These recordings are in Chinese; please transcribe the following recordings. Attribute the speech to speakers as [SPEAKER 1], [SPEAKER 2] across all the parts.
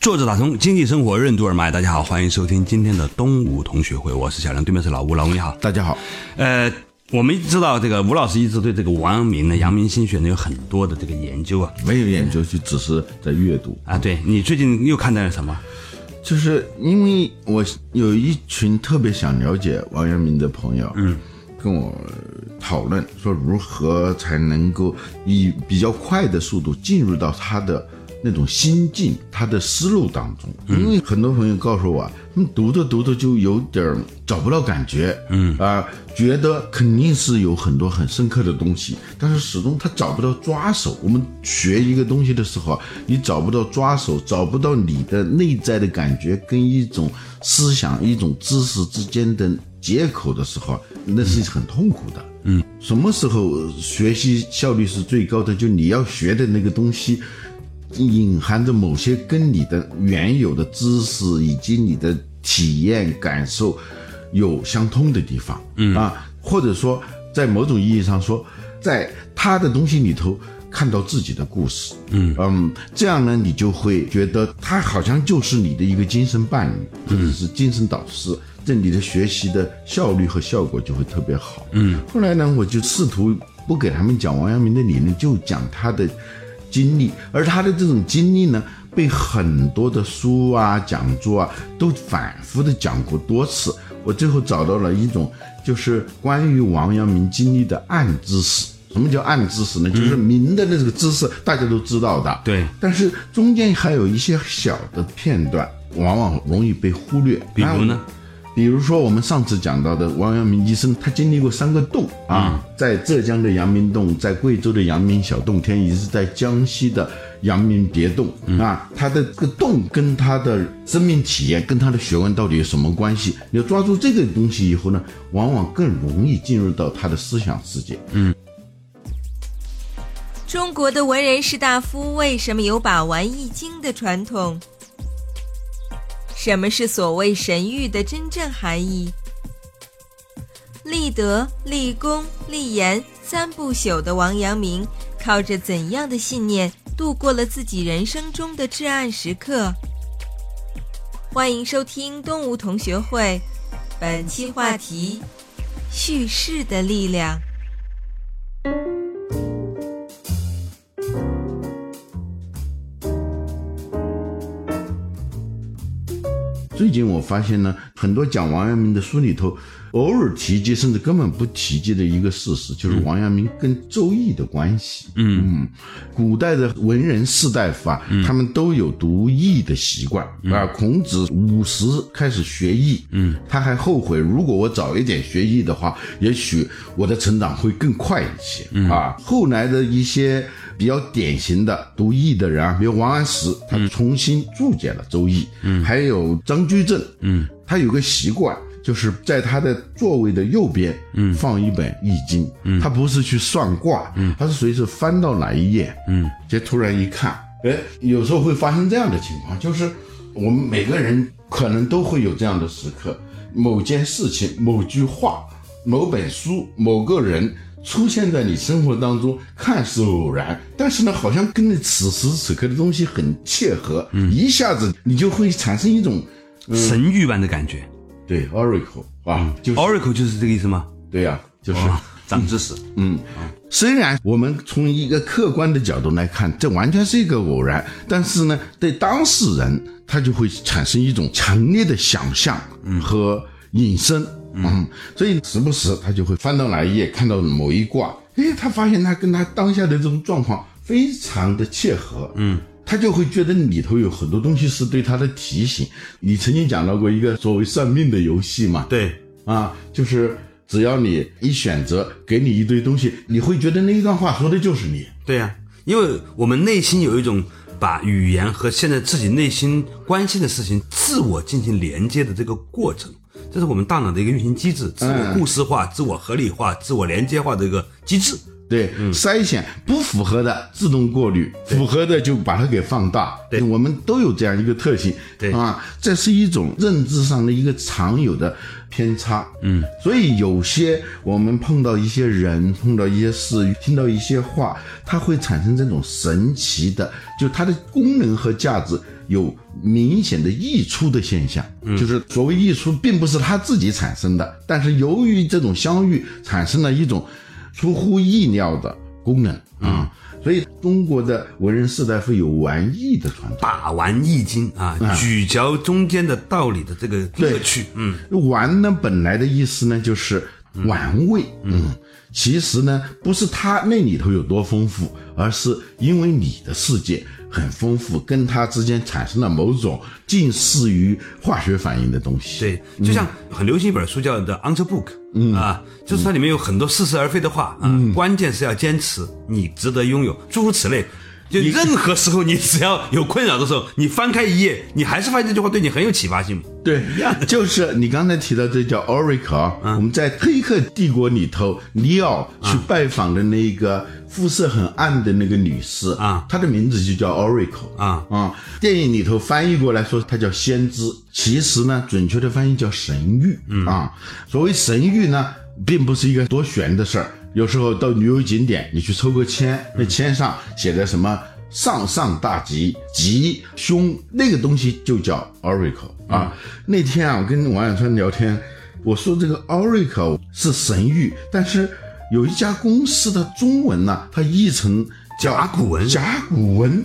[SPEAKER 1] 坐着打通经济生活任督二脉，大家好，欢迎收听今天的东吴同学会，我是小梁，对面是老吴，老吴你好。
[SPEAKER 2] 大家好，
[SPEAKER 1] 呃，我们知道这个吴老师一直对这个王阳明呢、阳明心学呢有很多的这个研究啊
[SPEAKER 2] 没有研究，就只是在阅读。
[SPEAKER 1] 啊，对你最近又看到了什么？
[SPEAKER 2] 就是因为我有一群特别想了解王阳明的朋友，嗯，跟我讨论说如何才能够以比较快的速度进入到他的那种心境、他的思路当中。因为很多朋友告诉我，他们读着读着就有点儿找不到感觉，嗯啊、觉得肯定是有很多很深刻的东西，但是始终他找不到抓手。我们学一个东西的时候啊，你找不到抓手，找不到你的内在的感觉跟一种思想、一种知识之间的接口的时候，那是很痛苦的。嗯，什么时候学习效率是最高的？就你要学的那个东西。隐含着某些跟你的原有的知识以及你的体验感受有相通的地方，嗯啊，或者说在某种意义上说，在他的东西里头看到自己的故事，嗯这样呢，你就会觉得他好像就是你的一个精神伴侣或者是精神导师，这你的学习的效率和效果就会特别好，嗯。后来呢，我就试图不给他们讲王阳明的理论，就讲他的。经历，而他的这种经历呢，被很多的书啊、讲座啊都反复的讲过多次。我最后找到了一种，就是关于王阳明经历的暗知识。什么叫暗知识呢？就是明的那个知识大家都知道的，
[SPEAKER 1] 嗯对
[SPEAKER 2] 但是中间还有一些小的片段，往往容易被忽略。
[SPEAKER 1] 比如呢？
[SPEAKER 2] 比如说我们上次讲到的王阳明医生，他经历过三个洞啊，在浙江的阳明洞，在贵州的阳明小洞天，以及在江西的阳明别洞、啊，他的这个洞跟他的生命体验，跟他的学问到底有什么关系？你要抓住这个东西以后呢，往往更容易进入到他的思想世界。
[SPEAKER 3] 中国的文人士大夫为什么有把玩易经的传统？什么是所谓神谕的真正含义？立德、立功、立言三不朽的王阳明，靠着怎样的信念度过了自己人生中的至暗时刻？欢迎收听东吴同学会，本期话题：叙事的力量。
[SPEAKER 2] 最近我发现呢，很多讲王阳明的书里头，偶尔提及甚至根本不提及的一个事实，就是王阳明跟《周易》的关系。嗯，古代的文人士大夫啊，他们都有读易的习惯啊。孔子五十开始学易，嗯，他还后悔，如果我早一点学易的话，也许我的成长会更快一些啊。后来的一些。比较典型的读易的人啊，比如王安石，他重新注解了《周易》，嗯，还有张居正，嗯，他有个习惯，就是在他的座位的右边，嗯，放一本《易经》，嗯，他不是去算卦，嗯，他是随时翻到哪一页，嗯，就突然一看，哎，有时候会发生这样的情况，就是我们每个人可能都会有这样的时刻，某件事情、某句话、某本书、某个人。出现在你生活当中，看似偶然，但是呢，好像跟你此时此刻的东西很切合，一下子你就会产生一种
[SPEAKER 1] 神谕般的感觉。
[SPEAKER 2] 对 oracle 啊，嗯就是
[SPEAKER 1] Oracle 就是这个意思吗？
[SPEAKER 2] 对呀、就是
[SPEAKER 1] 哇，长知识。
[SPEAKER 2] 嗯，虽然我们从一个客观的角度来看，这完全是一个偶然，但是呢，对当事人他就会产生一种强烈的想象和引申。嗯，所以时不时他就会翻到哪一页，看到某一卦，诶，他发现他跟他当下的这种状况非常的切合，嗯，他就会觉得里头有很多东西是对他的提醒。你曾经讲到过一个所谓算命的游戏嘛，
[SPEAKER 1] 对，
[SPEAKER 2] 啊，就是只要你一选择，给你一堆东西，你会觉得那一段话说的就是你。
[SPEAKER 1] 对呀、因为我们内心有一种把语言和现在自己内心关心的事情自我进行连接的这个过程，这是我们大脑的一个运行机制，自我故事化、自我合理化、自我连接化的一个机制。
[SPEAKER 2] 对，
[SPEAKER 1] 嗯
[SPEAKER 2] 筛选不符合的自动过滤，符合的就把它给放大。
[SPEAKER 1] 对
[SPEAKER 2] 我们都有这样一个特性。
[SPEAKER 1] 对
[SPEAKER 2] 啊，这是一种认知上的一个常有的偏差。嗯，所以有些我们碰到一些人，碰到一些事，听到一些话，它会产生这种神奇的，就它的功能和价值有明显的溢出的现象。嗯，就是所谓溢出，并不是它自己产生的，但是由于这种相遇，产生了一种。出乎意料的功能啊、所以中国的文人士大夫有玩艺的传统。
[SPEAKER 1] 把玩易经啊，咀嚼中间的道理的这个乐趣，嗯，
[SPEAKER 2] 玩呢，本来的意思呢就是玩味，嗯，其实呢不是他那里头有多丰富，而是因为你的世界很丰富，跟他之间产生了某种近似于化学反应的东西。
[SPEAKER 1] 对，就像很流行一本书叫《The Answer Book》，嗯啊，就是它里面有很多似是而非的话啊，关键是要坚持，你值得拥有，诸如此类。就任何时候，你只要有困扰的时候，你翻开一页，你还是发现这句话对你很有启发性。
[SPEAKER 2] 对，就是你刚才提到这叫 Oracle，、啊、我们在黑客帝国里头，尼奥去拜访的那个肤色很暗的那个女士
[SPEAKER 1] 啊
[SPEAKER 2] 她的名字就叫 Oracle
[SPEAKER 1] 啊
[SPEAKER 2] 啊，电影里头翻译过来说她叫先知，其实呢，准确的翻译叫神谕、
[SPEAKER 1] 嗯
[SPEAKER 2] 啊。所谓神谕呢，并不是一个多玄的事儿，有时候到旅游景点，你去抽个签，
[SPEAKER 1] 嗯
[SPEAKER 2] 那签上写的什么？上上大吉，吉凶那个东西就叫 oracle
[SPEAKER 1] 嗯
[SPEAKER 2] 啊。那天啊，我跟王小川聊天，我说这个 oracle 是神谕，但是有一家公司的中文呢、它译成叫
[SPEAKER 1] 甲骨文
[SPEAKER 2] 甲骨文。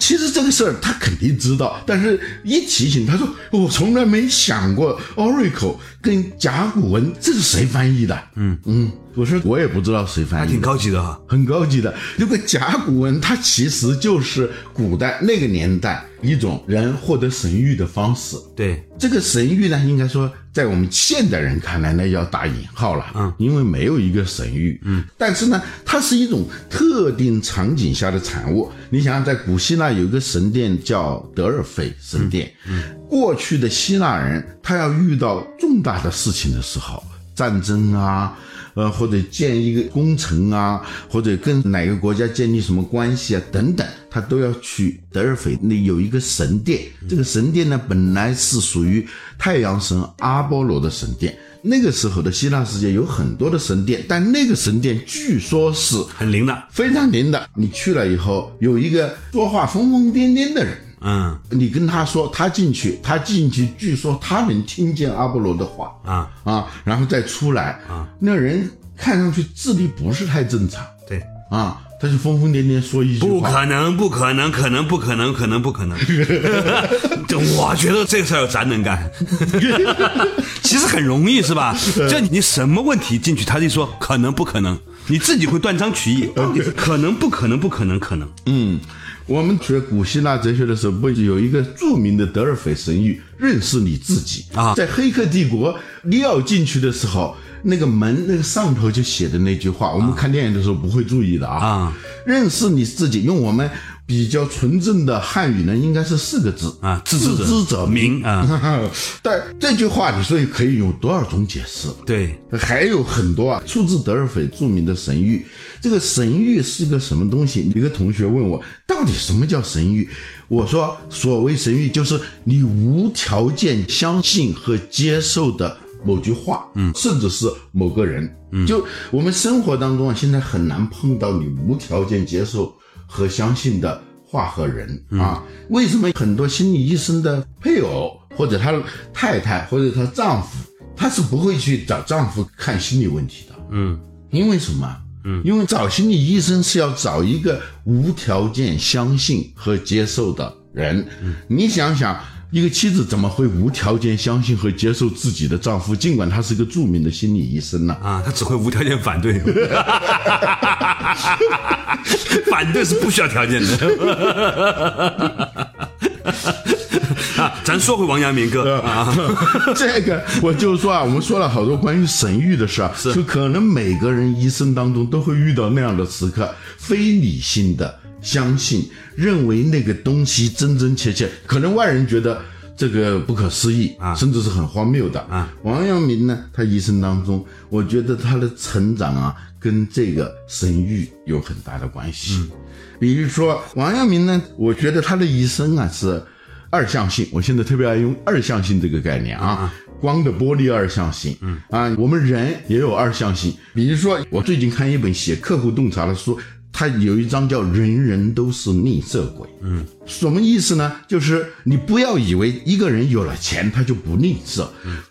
[SPEAKER 2] 其实这个事儿他肯定知道，但是一提醒他说：“我从来没想过 oracle 跟甲骨文这是谁翻译的？”嗯嗯，我说我也不知道谁翻译
[SPEAKER 1] 还
[SPEAKER 2] 的，
[SPEAKER 1] 挺高级的哈。
[SPEAKER 2] 很高级的。那个甲骨文，它其实就是古代那个年代一种人获得神谕的方式。
[SPEAKER 1] 对，
[SPEAKER 2] 这个神谕呢，应该说在我们现代人看来呢，要打引号了，
[SPEAKER 1] 嗯，
[SPEAKER 2] 因为没有一个神谕，嗯，但是呢，它是一种特定场景下的产物。你想想，在古希腊有一个神殿叫德尔菲神殿，嗯，过去的希腊人他要遇到重大的事情的时候，战争啊。呃，或者建一个工程啊，或者跟哪个国家建立什么关系啊，等等，他都要去德尔斐那有一个神殿。这个神殿呢，本来是属于太阳神阿波罗的神殿。那个时候的希腊世界有很多的神殿，但那个神殿据说是
[SPEAKER 1] 很灵的。
[SPEAKER 2] 非常灵的。你去了以后，有一个说话疯疯癫癫的人，
[SPEAKER 1] 嗯
[SPEAKER 2] 你跟他说，他进去，他进去，据说他能听见阿波罗的话
[SPEAKER 1] 啊
[SPEAKER 2] 啊，然后再出来
[SPEAKER 1] 啊，
[SPEAKER 2] 那人看上去智力不是太正常
[SPEAKER 1] 对，
[SPEAKER 2] 啊，他就疯疯癫癫说一句
[SPEAKER 1] 不
[SPEAKER 2] 话，
[SPEAKER 1] 可能，不可能，可能不可能，可能不 可能。 就我觉得这事儿咱能干， 其实很容易是吧？就你什么问题进去，他就说可能不可能，你自己会断章取 义，到底是可能不可能不可能可能。
[SPEAKER 2] 嗯，我们学古希腊哲学的时候，不有一个著名的德尔斐神谕“认识你自己”
[SPEAKER 1] 啊
[SPEAKER 2] 在黑客帝国，利奥进去的时候，那个门那个上头就写的那句话，我们看电影的时候不会注意的啊。
[SPEAKER 1] 啊
[SPEAKER 2] 认识你自己，用我们比较纯正的汉语呢，应该是四个字
[SPEAKER 1] 啊自知
[SPEAKER 2] 知
[SPEAKER 1] 者
[SPEAKER 2] 者明
[SPEAKER 1] 明啊。
[SPEAKER 2] 但这句话，你说可以有多少种解释？
[SPEAKER 1] 对，
[SPEAKER 2] 还有很多啊，出自德尔斐著名的神谕。这个神谕是个什么东西？一个同学问我，到底什么叫神谕？我说，所谓神谕就是你无条件相信和接受的某句话，嗯，甚至是某个人。嗯，就我们生活当中啊，现在很难碰到你无条件接受和相信的话和人啊。为什么很多心理医生的配偶或者他太太或者她丈夫？她是不会去找丈夫看心理问题的，
[SPEAKER 1] 嗯，
[SPEAKER 2] 因为什么？嗯，因为找心理医生是要找一个无条件相信和接受的人。你想想，一个妻子怎么会无条件相信和接受自己的丈夫？尽管他是个著名的心理医生呢？
[SPEAKER 1] 啊，他只会无条件反 对，反对是不需要条件的。 啊，咱说回王阳明哥啊，
[SPEAKER 2] 这个我就说啊，我们说了好多关于神谕的事儿，啊就可能每个人一生当中都会遇到那样的时刻，非理性的相信，认为那个东西真真切切。可能外人觉得这个不可思议
[SPEAKER 1] 啊
[SPEAKER 2] 甚至是很荒谬的
[SPEAKER 1] 啊。
[SPEAKER 2] 王阳明呢，他一生当中，我觉得他的成长啊，跟这个神域有很大的关系。
[SPEAKER 1] 嗯
[SPEAKER 2] 比如说王阳明呢，我觉得他的一生啊是二象性，我现在特别爱用二象性这个概念啊。光的玻璃二象性，嗯啊，我们人也有二象性。比如说，我最近看一本写客户洞察的书，它有一章叫“人人都是吝啬鬼”。嗯，什么意思呢？就是你不要以为一个人有了钱他就不吝啬，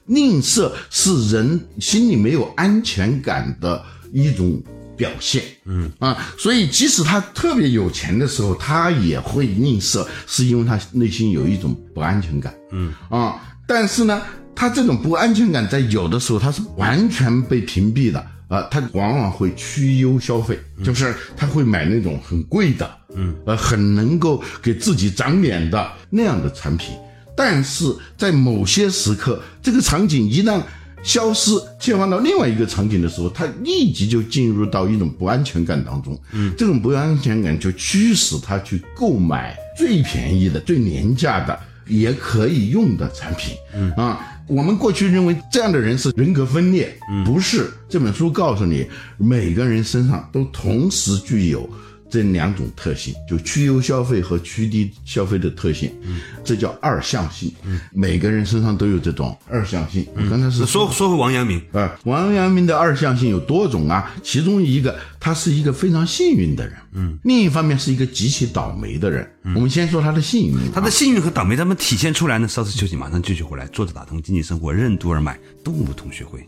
[SPEAKER 2] 吝啬是人心里没有安全感的一种表现。嗯啊，所以即使他特别有钱的时候，他也会吝啬，是因为他内心有一种不安全感。嗯啊，但是呢，他这种不安全感在有的时候他是完全被屏蔽的啊、他往往会趋优消费，就是他会买那种很贵的，嗯，呃，很能够给自己长脸的那样的产品。但是在某些时刻，这个场景一旦消失，切换到另外一个场景的时候，他立即就进入到一种不安全感当中。嗯，这种不安全感就驱使他去购买最便宜的、最廉价的，也可以用的产品。嗯啊。我们过去认为这样的人是人格分裂，
[SPEAKER 1] 嗯
[SPEAKER 2] 不是。这本书告诉你，每个人身上都同时具有这两种特性，就趋优消费和趋低消费的特性，
[SPEAKER 1] 嗯
[SPEAKER 2] 这叫二向性。每个人身上都有这种二向性。我刚才是
[SPEAKER 1] 嗯说说回王阳明，
[SPEAKER 2] 啊，王阳明的二象性有多种啊，其中一个他是一个非常幸运的人，嗯，另一方面是一个极其倒霉的人。我们先说他的幸运啊，
[SPEAKER 1] 嗯他的幸运和倒霉怎么体现出来呢？稍事休息，马上继续回来。作者打通经济生活任督二脉，动物同学会。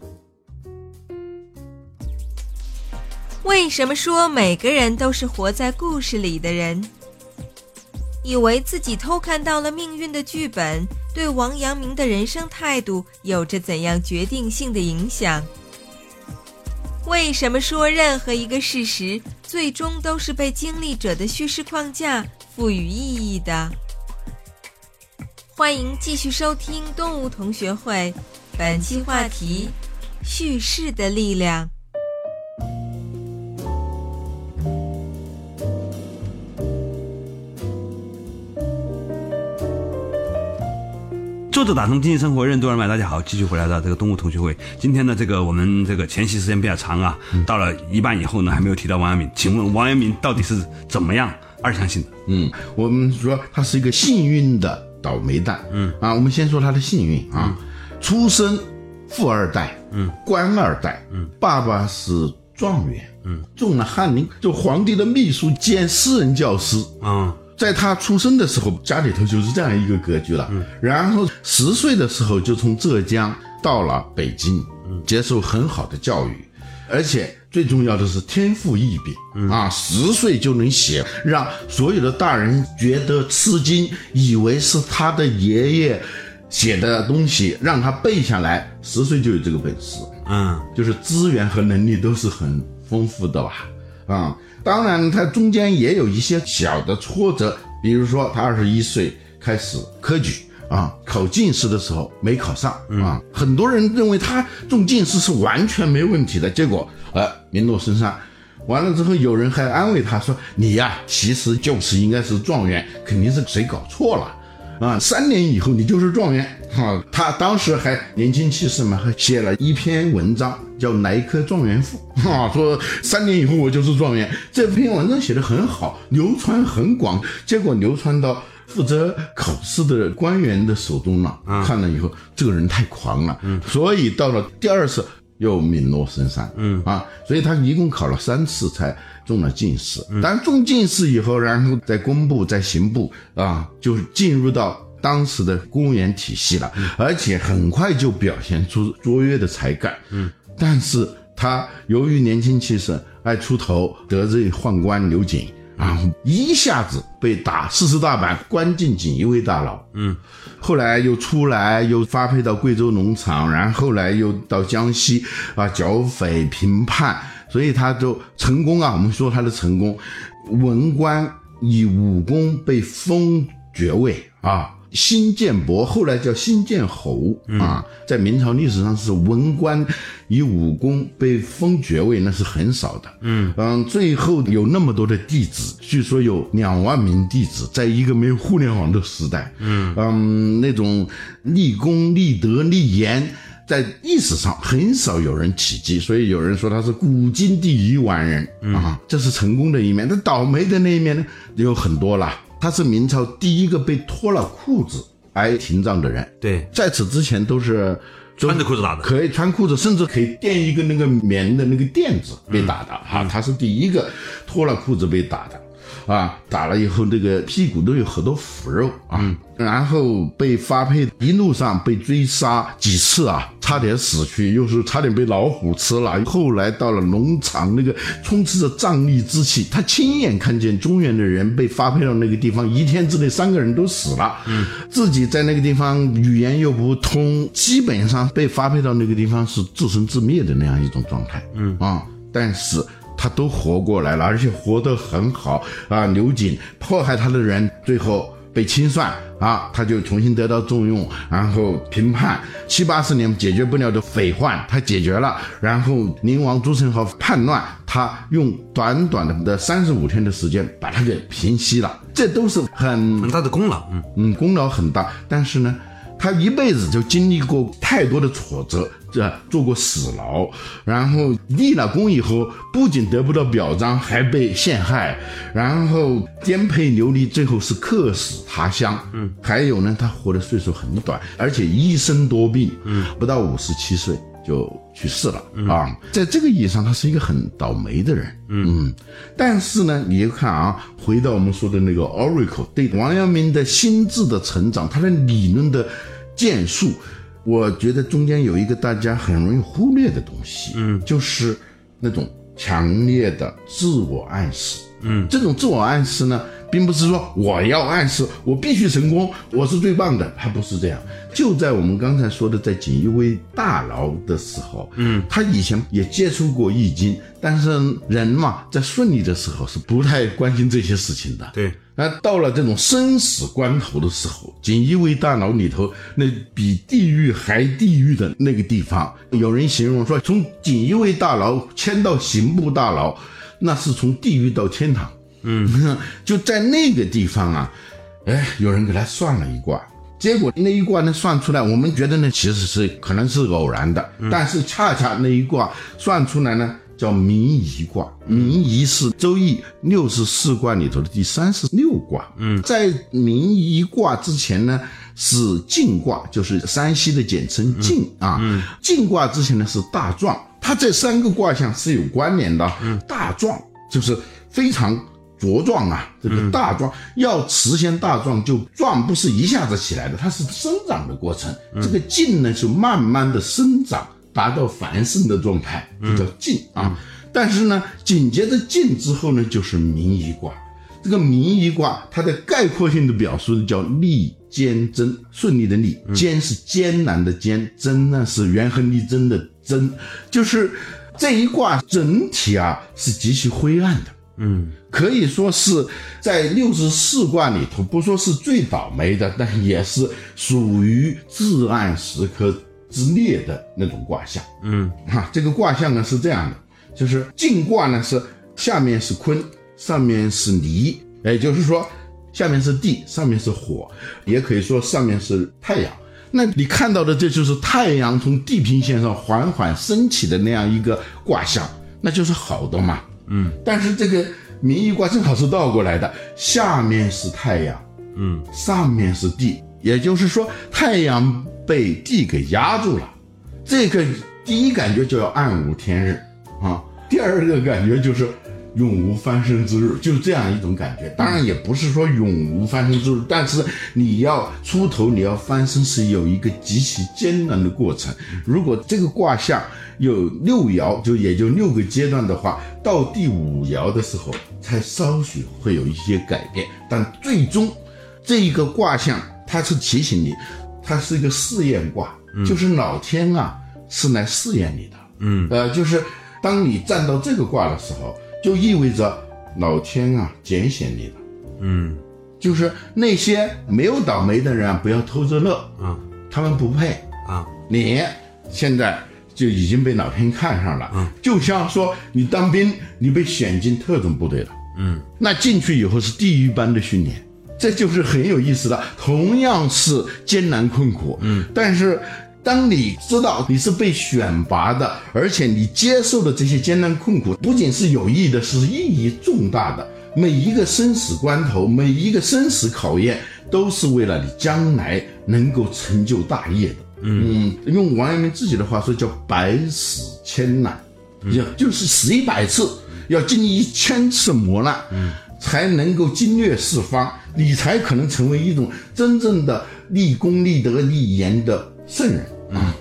[SPEAKER 3] 为什么说每个人都是活在故事里的人？以为自己偷看到了命运的剧本，对王阳明的人生态度有着怎样决定性的影响？为什么说任何一个事实最终都是被经历者的叙事框架赋予意义的？欢迎继续收听《动物同学会》，本期话题：叙事的力量。
[SPEAKER 1] 作者打通经济生活任督二脉，大家好，继续回来到这个东吴同学会。今天呢，这个我们这个前戏时间比较长啊，到了一半以后呢，还没有提到王阳明。请问王阳明到底是怎么样二向性的？
[SPEAKER 2] 嗯，我们说他是一个幸运的倒霉蛋。嗯啊，我们先说他的幸运啊，出身富二代，嗯，官二代，嗯，爸爸是状元，嗯，中了翰林，就皇帝的秘书兼私人教师。
[SPEAKER 1] 嗯，
[SPEAKER 2] 在他出生的时候，家里头就是这样一个格局了。然后十岁的时候就从浙江到了北京，接受很好的教育，而且最重要的是天赋异禀、啊，十岁就能写，让所有的大人觉得吃惊，以为是他的爷爷写的东西，让他背下来，十岁就有这个本事。
[SPEAKER 1] 嗯，
[SPEAKER 2] 就是资源和能力都是很丰富的吧？啊、当然，他中间也有一些小的挫折，比如说他二十一岁开始科举啊，考进士的时候没考上啊，很多人认为他中进士是完全没问题的，结果呃名落孙山。完了之后，有人还安慰他说：“你呀、其实就是应该是状元，肯定是谁搞错了。”啊，三年以后你就是状元哈、他当时还年轻气盛嘛，还写了一篇文章叫《来科状元赋》哈、说三年以后我就是状元。这篇文章写得很好，流传很广，结果流传到负责考试的官员的手中了。看了以后，这个人太狂了，所以到了第二次又泯落深山。嗯啊，所以他一共考了三次才中了进士。但中进士以后，然后在工部、在刑部啊，就进入到当时的公务员体系了，而且很快就表现出卓越的才干。嗯，但是他由于年轻气盛，爱出头，得罪宦官刘瑾。啊！一下子被打四十大板，关进锦衣卫大牢。后来又出来，又发配到贵州农场，然后来又到江西啊剿匪平叛，所以他就成功啊。我们说他的成功，文官以武功被封爵位啊，新建伯，后来叫新建侯、啊，在明朝历史上是文官以武功被封爵位，那是很少的。嗯嗯，最后有那么多的弟子，据说有两万名弟子，在一个没有互联网的时代，嗯嗯，那种立功、立德、立言。在历史上很少有人起迹，所以有人说他是古今第一完人、啊，这是成功的一面。那倒霉的那一面呢，有很多了。他是明朝第一个被脱了裤子挨廷杖的人，
[SPEAKER 1] 对，
[SPEAKER 2] 在此之前都是
[SPEAKER 1] 穿着裤子打的，
[SPEAKER 2] 可以穿裤子，甚至可以垫一个那个棉的那个垫子被打的哈、
[SPEAKER 1] 嗯
[SPEAKER 2] 他是第一个脱了裤子被打的。啊，打了以后那个屁股都有很多腐肉啊，然后被发配，一路上被追杀几次啊，差点死去，又是差点被老虎吃了。后来到了农场，那个充斥着瘴疠之气，他亲眼看见中原的人被发配到那个地方，一天之内三个人都死了，嗯，自己在那个地方语言又不通，基本上被发配到那个地方是自生自灭的那样一种状态，嗯啊，但是他都活过来了，而且活得很好啊。刘瑾迫害他的人最后被清算啊，他就重新得到重用，然后平叛七八十年解决不了的匪患，他解决了。然后宁王朱宸濠叛乱，他用短短的三十五天的时间把他给平息了，这都是很
[SPEAKER 1] 很大的功劳，嗯，
[SPEAKER 2] 嗯，功劳很大，但是呢，他一辈子就经历过太多的挫折，这做过死牢，然后立了功以后，不仅得不到表彰，还被陷害，然后颠沛流离，最后是客死他乡。嗯，还有呢，他活的岁数很短，而且一生多病，嗯，不到五十七岁就去世了、啊。在这个意义上，他是一个很倒霉的人。嗯，但是呢，你就看啊，回到我们说的那个 Oracle 对王阳明的心智的成长，他的理论的建树，我觉得中间有一个大家很容易忽略的东西，嗯，就是那种强烈的自我暗示，嗯，这种自我暗示呢，并不是说我要暗示我必须成功，我是最棒的，他不是这样。就在我们刚才说的，在锦衣卫大牢的时候，嗯，他以前也接触过易经，但是人嘛，在顺利的时候是不太关心这些事情的，
[SPEAKER 1] 对，
[SPEAKER 2] 那到了这种生死关头的时候，锦衣卫大牢里头那比地狱还地狱的那个地方，有人形容说，从锦衣卫大牢迁到刑部大牢，那是从地狱到天堂。嗯， 就在那个地方啊，哎，有人给他算了一卦，结果那一卦呢算出来，我们觉得呢其实是可能是偶然的，但是恰恰那一卦算出来呢叫明夷卦，明夷是《周易》六十四卦里头的第三十六卦。嗯，在明夷卦之前呢。是晋卦，就是山西的简称晋、啊。晋卦之前呢是大壮，它这三个卦象是有关联的。大壮就是非常茁壮啊，这个大壮、要实现大壮，就壮不是一下子起来的，它是生长的过程。这个劲呢是慢慢的生长，达到繁盛的状态，就叫劲啊。但是呢，紧接着劲之后呢，就是明夷卦。这个明夷卦，它的概括性的表述叫利坚贞，顺利的利，坚是艰难的坚，贞呢是权衡力争的争，就是这一卦整体啊是极其灰暗的。可以说是在六十四卦里头，不说是最倒霉的，但也是属于至暗时刻之列的那种卦象。嗯，哈、这个卦象呢是这样的，就是进卦呢是下面是坤，上面是离，也就是说下面是地，上面是火，也可以说上面是太阳。那你看到的，这就是太阳从地平线上缓缓升起的那样一个卦象，那就是好的嘛。但是这个民意卦正好是倒过来的，下面是太阳，嗯，上面是地，也就是说太阳被地给压住了。这个第一感觉就要暗无天日啊，第二个感觉就是永无翻身之日，就是这样一种感觉。当然也不是说永无翻身之日，但是你要出头，你要翻身是有一个极其艰难的过程。如果这个卦象有六爻，就也就六个阶段的话，到第五爻的时候才稍许会有一些改变，但最终这一个卦象它是提醒你，它是一个试验卦，
[SPEAKER 1] 嗯
[SPEAKER 2] 就是老天啊是来试验你的。嗯，呃，就是当你站到这个卦的时候，就意味着老天啊检显你了。
[SPEAKER 1] 嗯，
[SPEAKER 2] 就是那些没有倒霉的人啊不要偷着乐，
[SPEAKER 1] 嗯
[SPEAKER 2] 他们不配。
[SPEAKER 1] 啊，
[SPEAKER 2] 你现在就已经被老天看上了，
[SPEAKER 1] 嗯
[SPEAKER 2] 就像说你当兵，你被选进特种部队了，
[SPEAKER 1] 嗯，
[SPEAKER 2] 那进去以后是地狱般的训练，这就是很有意思的。同样是艰难困苦，嗯，但是当你知道你是被选拔的，而且你接受的这些艰难困苦不仅是有意义的，是意义重大的。每一个生死关头，每一个生死考验，都是为了你将来能够成就大业的。嗯，用王阳明自己的话说叫“百死千难”，要就是死一百次，要经历一千次磨难，才能够经略四方，你才可能成为一种真正的立功、立德、立言的圣人啊。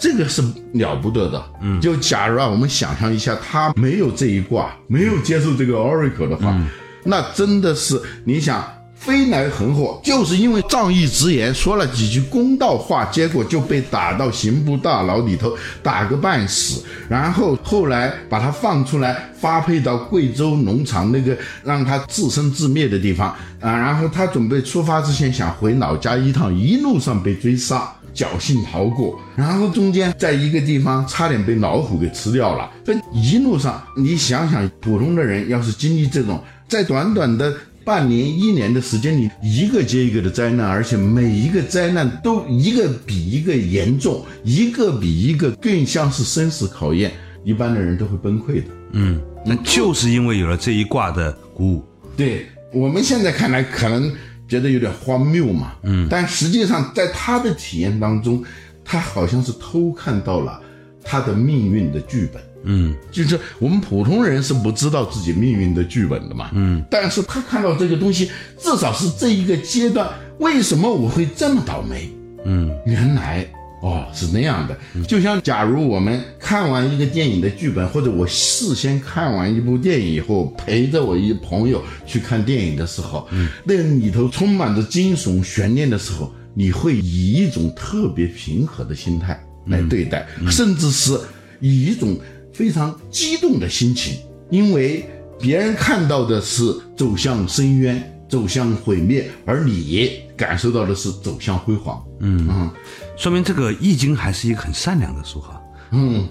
[SPEAKER 2] 这个是了不得的，嗯，就假如啊，我们想象一下，他没有这一卦，没有接受这个 Oracle 的话，那真的是你想飞来横祸，就是因为仗义直言说了几句公道话，结果就被打到刑部大牢里头打个半死，然后后来把他放出来，发配到贵州农场那个让他自生自灭的地方啊，然后他准备出发之前想回老家一趟，一路上被追杀。侥幸逃过，然后中间在一个地方差点被老虎给吃掉了。这一路上，你想想，普通的人要是经历这种，在短短的半年、一年的时间里，一个接一个的灾难，而且每一个灾难都一个比一个严重，一个比一个更像是生死考验，一般的人都会崩溃的。
[SPEAKER 1] 嗯，那就是因为有了这一卦的鼓舞，
[SPEAKER 2] 对我们现在看来可能觉得有点荒谬嘛，嗯，但实际上在他的体验当中，他好像是偷看到了他的命运的剧本。
[SPEAKER 1] 嗯，
[SPEAKER 2] 就是我们普通人是不知道自己命运的剧本的嘛，嗯，但是他看到这个东西，至少是这一个阶段，为什么我会这么倒霉？
[SPEAKER 1] 嗯，
[SPEAKER 2] 原来哦是那样的，就像假如我们看完一个电影的剧本，或者我事先看完一部电影以后，陪着我一朋友去看电影的时候，那里头充满着惊悚悬念的时候，你会以一种特别平和的心态来对待，甚至是以一种非常激动的心情，因为别人看到的是走向深渊。走向毁灭，而你感受到的是走向辉煌。
[SPEAKER 1] 说明这个《易经》还是一个很善良的书哈。 嗯，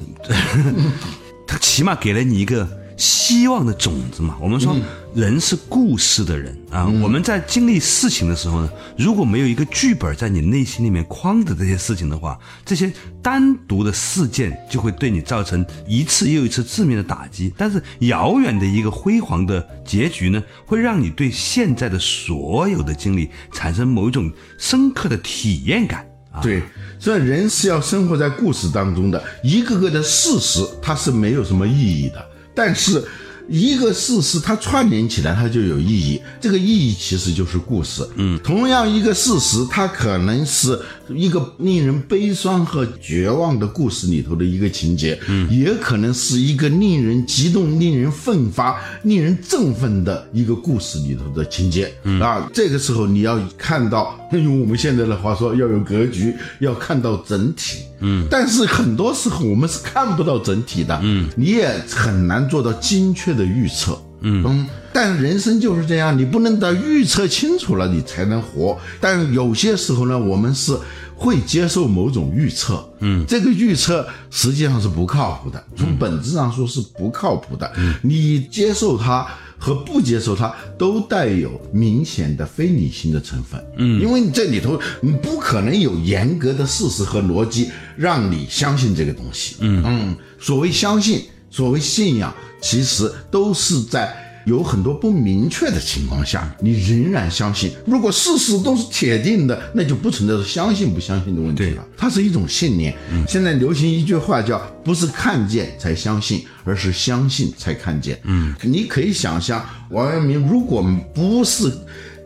[SPEAKER 1] 它起码给了你一个希望的种子嘛。我们说人是故事的人啊，我们在经历事情的时候呢，如果没有一个剧本在你内心里面框着这些事情的话，这些单独的事件就会对你造成一次又一次致命的打击。但是遥远的一个辉煌的结局呢，会让你对现在的所有的经历产生某一种深刻的体验感。啊。
[SPEAKER 2] 对，所以人是要生活在故事当中的，一个个的事实它是没有什么意义的，但是一个事实它串联起来，它就有意义。这个意义其实就是故事。嗯，同样一个事实，它可能是一个令人悲伤和绝望的故事里头的一个情节，嗯，也可能是一个令人激动、令人奋发、令人振奋的一个故事里头的情节。嗯啊，这个时候你要看到，哎用我们现在的话说，要有格局，要看到整体。嗯，但是很多时候我们是看不到整体的。嗯，你也很难做到精确的预测。嗯但人生就是这样，你不能到预测清楚了你才能活。但有些时候呢，我们是会接受某种预测，嗯，这个预测实际上是不靠谱的，从本质上说是不靠谱的。你接受它和不接受它都带有明显的非理性的成分，嗯，因为你这里头你不可能有严格的事实和逻辑让你相信这个东西，嗯所谓相信，所谓信仰，其实都是在。有很多不明确的情况下，你仍然相信。如果事实都是铁定的，那就不存在相信不相信的问题了。它是一种信念。现在流行一句话叫“不是看见才相信，而是相信才看见”。嗯，你可以想象，王阳明如果不是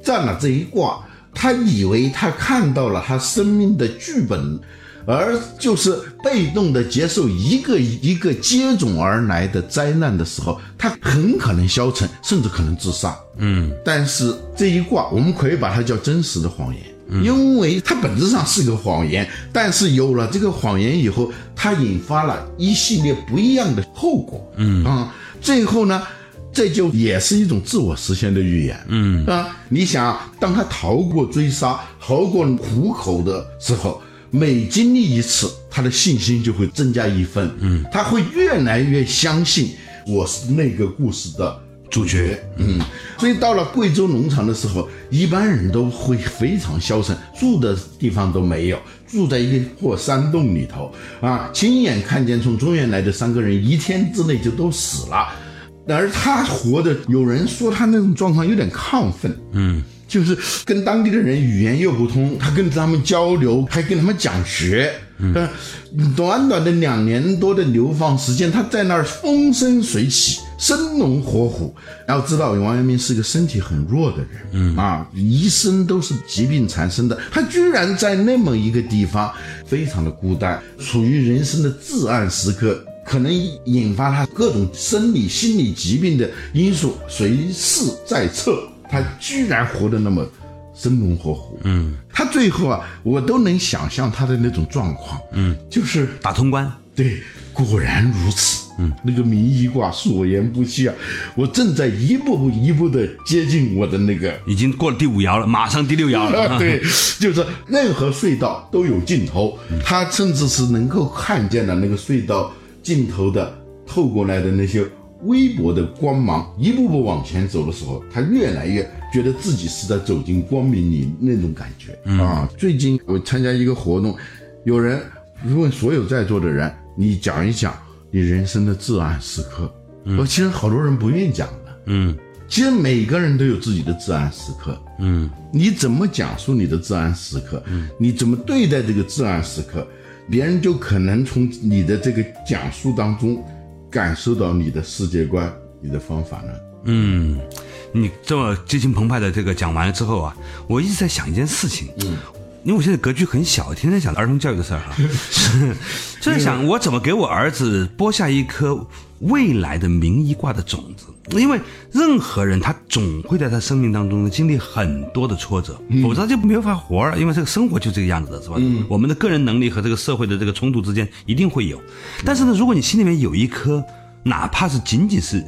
[SPEAKER 2] 占了这一卦，他以为他看到了他生命的剧本。而就是被动的接受一个一个接踵而来的灾难的时候，他很可能消沉，甚至可能自杀。嗯，但是这一卦我们可以把它叫真实的谎言，因为它本质上是个谎言，但是有了这个谎言以后，它引发了一系列不一样的后果。嗯啊、最后呢，这就也是一种自我实现的预言。嗯啊，你想，当他逃过追杀、逃过虎口的时候，每经历一次，他的信心就会增加一分。嗯，他会越来越相信我是那个故事的主角。嗯，所以到了贵州农场的时候，一般人都会非常消沉，住的地方都没有，住在一个破山洞里头啊，亲眼看见从中原来的三个人一天之内就都死了。然而他活的，有人说他那种状况有点亢奋，嗯，就是跟当地的人语言又不通，他跟他们交流，还跟他们讲学，嗯，短短的两年多的流放时间，他在那儿风生水起，生龙活虎。要知道，王阳明是个身体很弱的人，嗯啊，一生都是疾病缠身的，他居然在那么一个地方非常的孤单，处于人生的至暗时刻，可能引发他各种生理、心理疾病的因素随时在侧，他居然活得那么生龙活虎。嗯，他最后啊，我都能想象他的那种状况。嗯，就是
[SPEAKER 1] 打通关，
[SPEAKER 2] 对，果然如此。嗯，那个名医卦所言不虚啊，我正在一步步、一步的接近我的那个
[SPEAKER 1] 已经过了第五爻了，马上第六爻了。啊
[SPEAKER 2] 对，就是任何隧道都有尽头，他甚至是能够看见了那个隧道尽头的透过来的那些微薄的光芒。一步步往前走的时候，他越来越觉得自己是在走进光明里那种感觉、啊。最近我参加一个活动，有人问所有在座的人，你讲一讲你人生的至暗时刻。我其实好多人不愿意讲的。
[SPEAKER 4] 嗯
[SPEAKER 2] 其实每个人都有自己的至暗时刻，
[SPEAKER 4] 嗯，
[SPEAKER 2] 你怎么讲述你的至暗时刻？你怎么对待这个至暗时刻？别人就可能从你的这个讲述当中，感受到你的世界观、你的方法论。
[SPEAKER 1] 嗯，你这么激情澎湃的这个讲完了之后啊，我一直在想一件事情，嗯，因为我现在格局很小，天天想儿童教育的事儿啊，是就在想我怎么给我儿子播下一颗未来的名医卦的种子，因为任何人他总会在他生命当中呢经历很多的挫折，否则他就没有法活了，因为这个生活就这个样子的是吧？我们的个人能力和这个社会的这个冲突之间一定会有，但是呢，如果你心里面有一颗，哪怕是仅仅是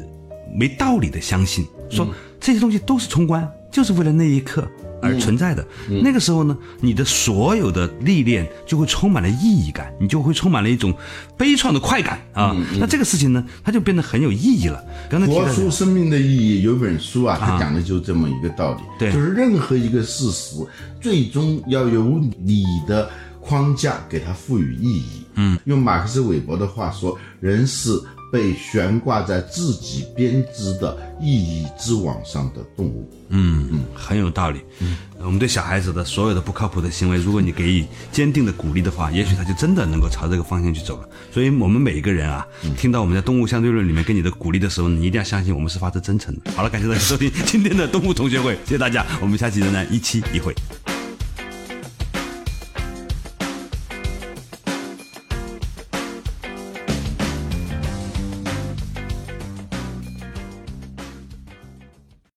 [SPEAKER 1] 没道理的相信，说这些东西都是冲关，就是为了那一刻而存在的。那个时候呢，你的所有的历练就会充满了意义感，你就会充满了一种悲怆的快感啊。那这个事情呢，它就变得很有意义了。刚才提到
[SPEAKER 2] 活
[SPEAKER 1] 的
[SPEAKER 2] 出生命的意义有一本书啊，它讲的就是这么一个道理，
[SPEAKER 1] 对
[SPEAKER 2] 就是任何一个事实，最终要由你的框架给它赋予意义。嗯，用马克思韦伯的话说，人是被悬挂在自己编织的意义之网上的动物。
[SPEAKER 1] 嗯，很有道理。我们对小孩子的所有的不靠谱的行为，如果你给予坚定的鼓励的话，也许他就真的能够朝这个方向去走了。所以，我们每一个人啊，听到我们在《动物相对论》里面给你的鼓励的时候，你一定要相信我们是发自真诚的。好了，感谢大家收听今天的《动物同学会》，谢谢大家，我们下期仍然一期一会。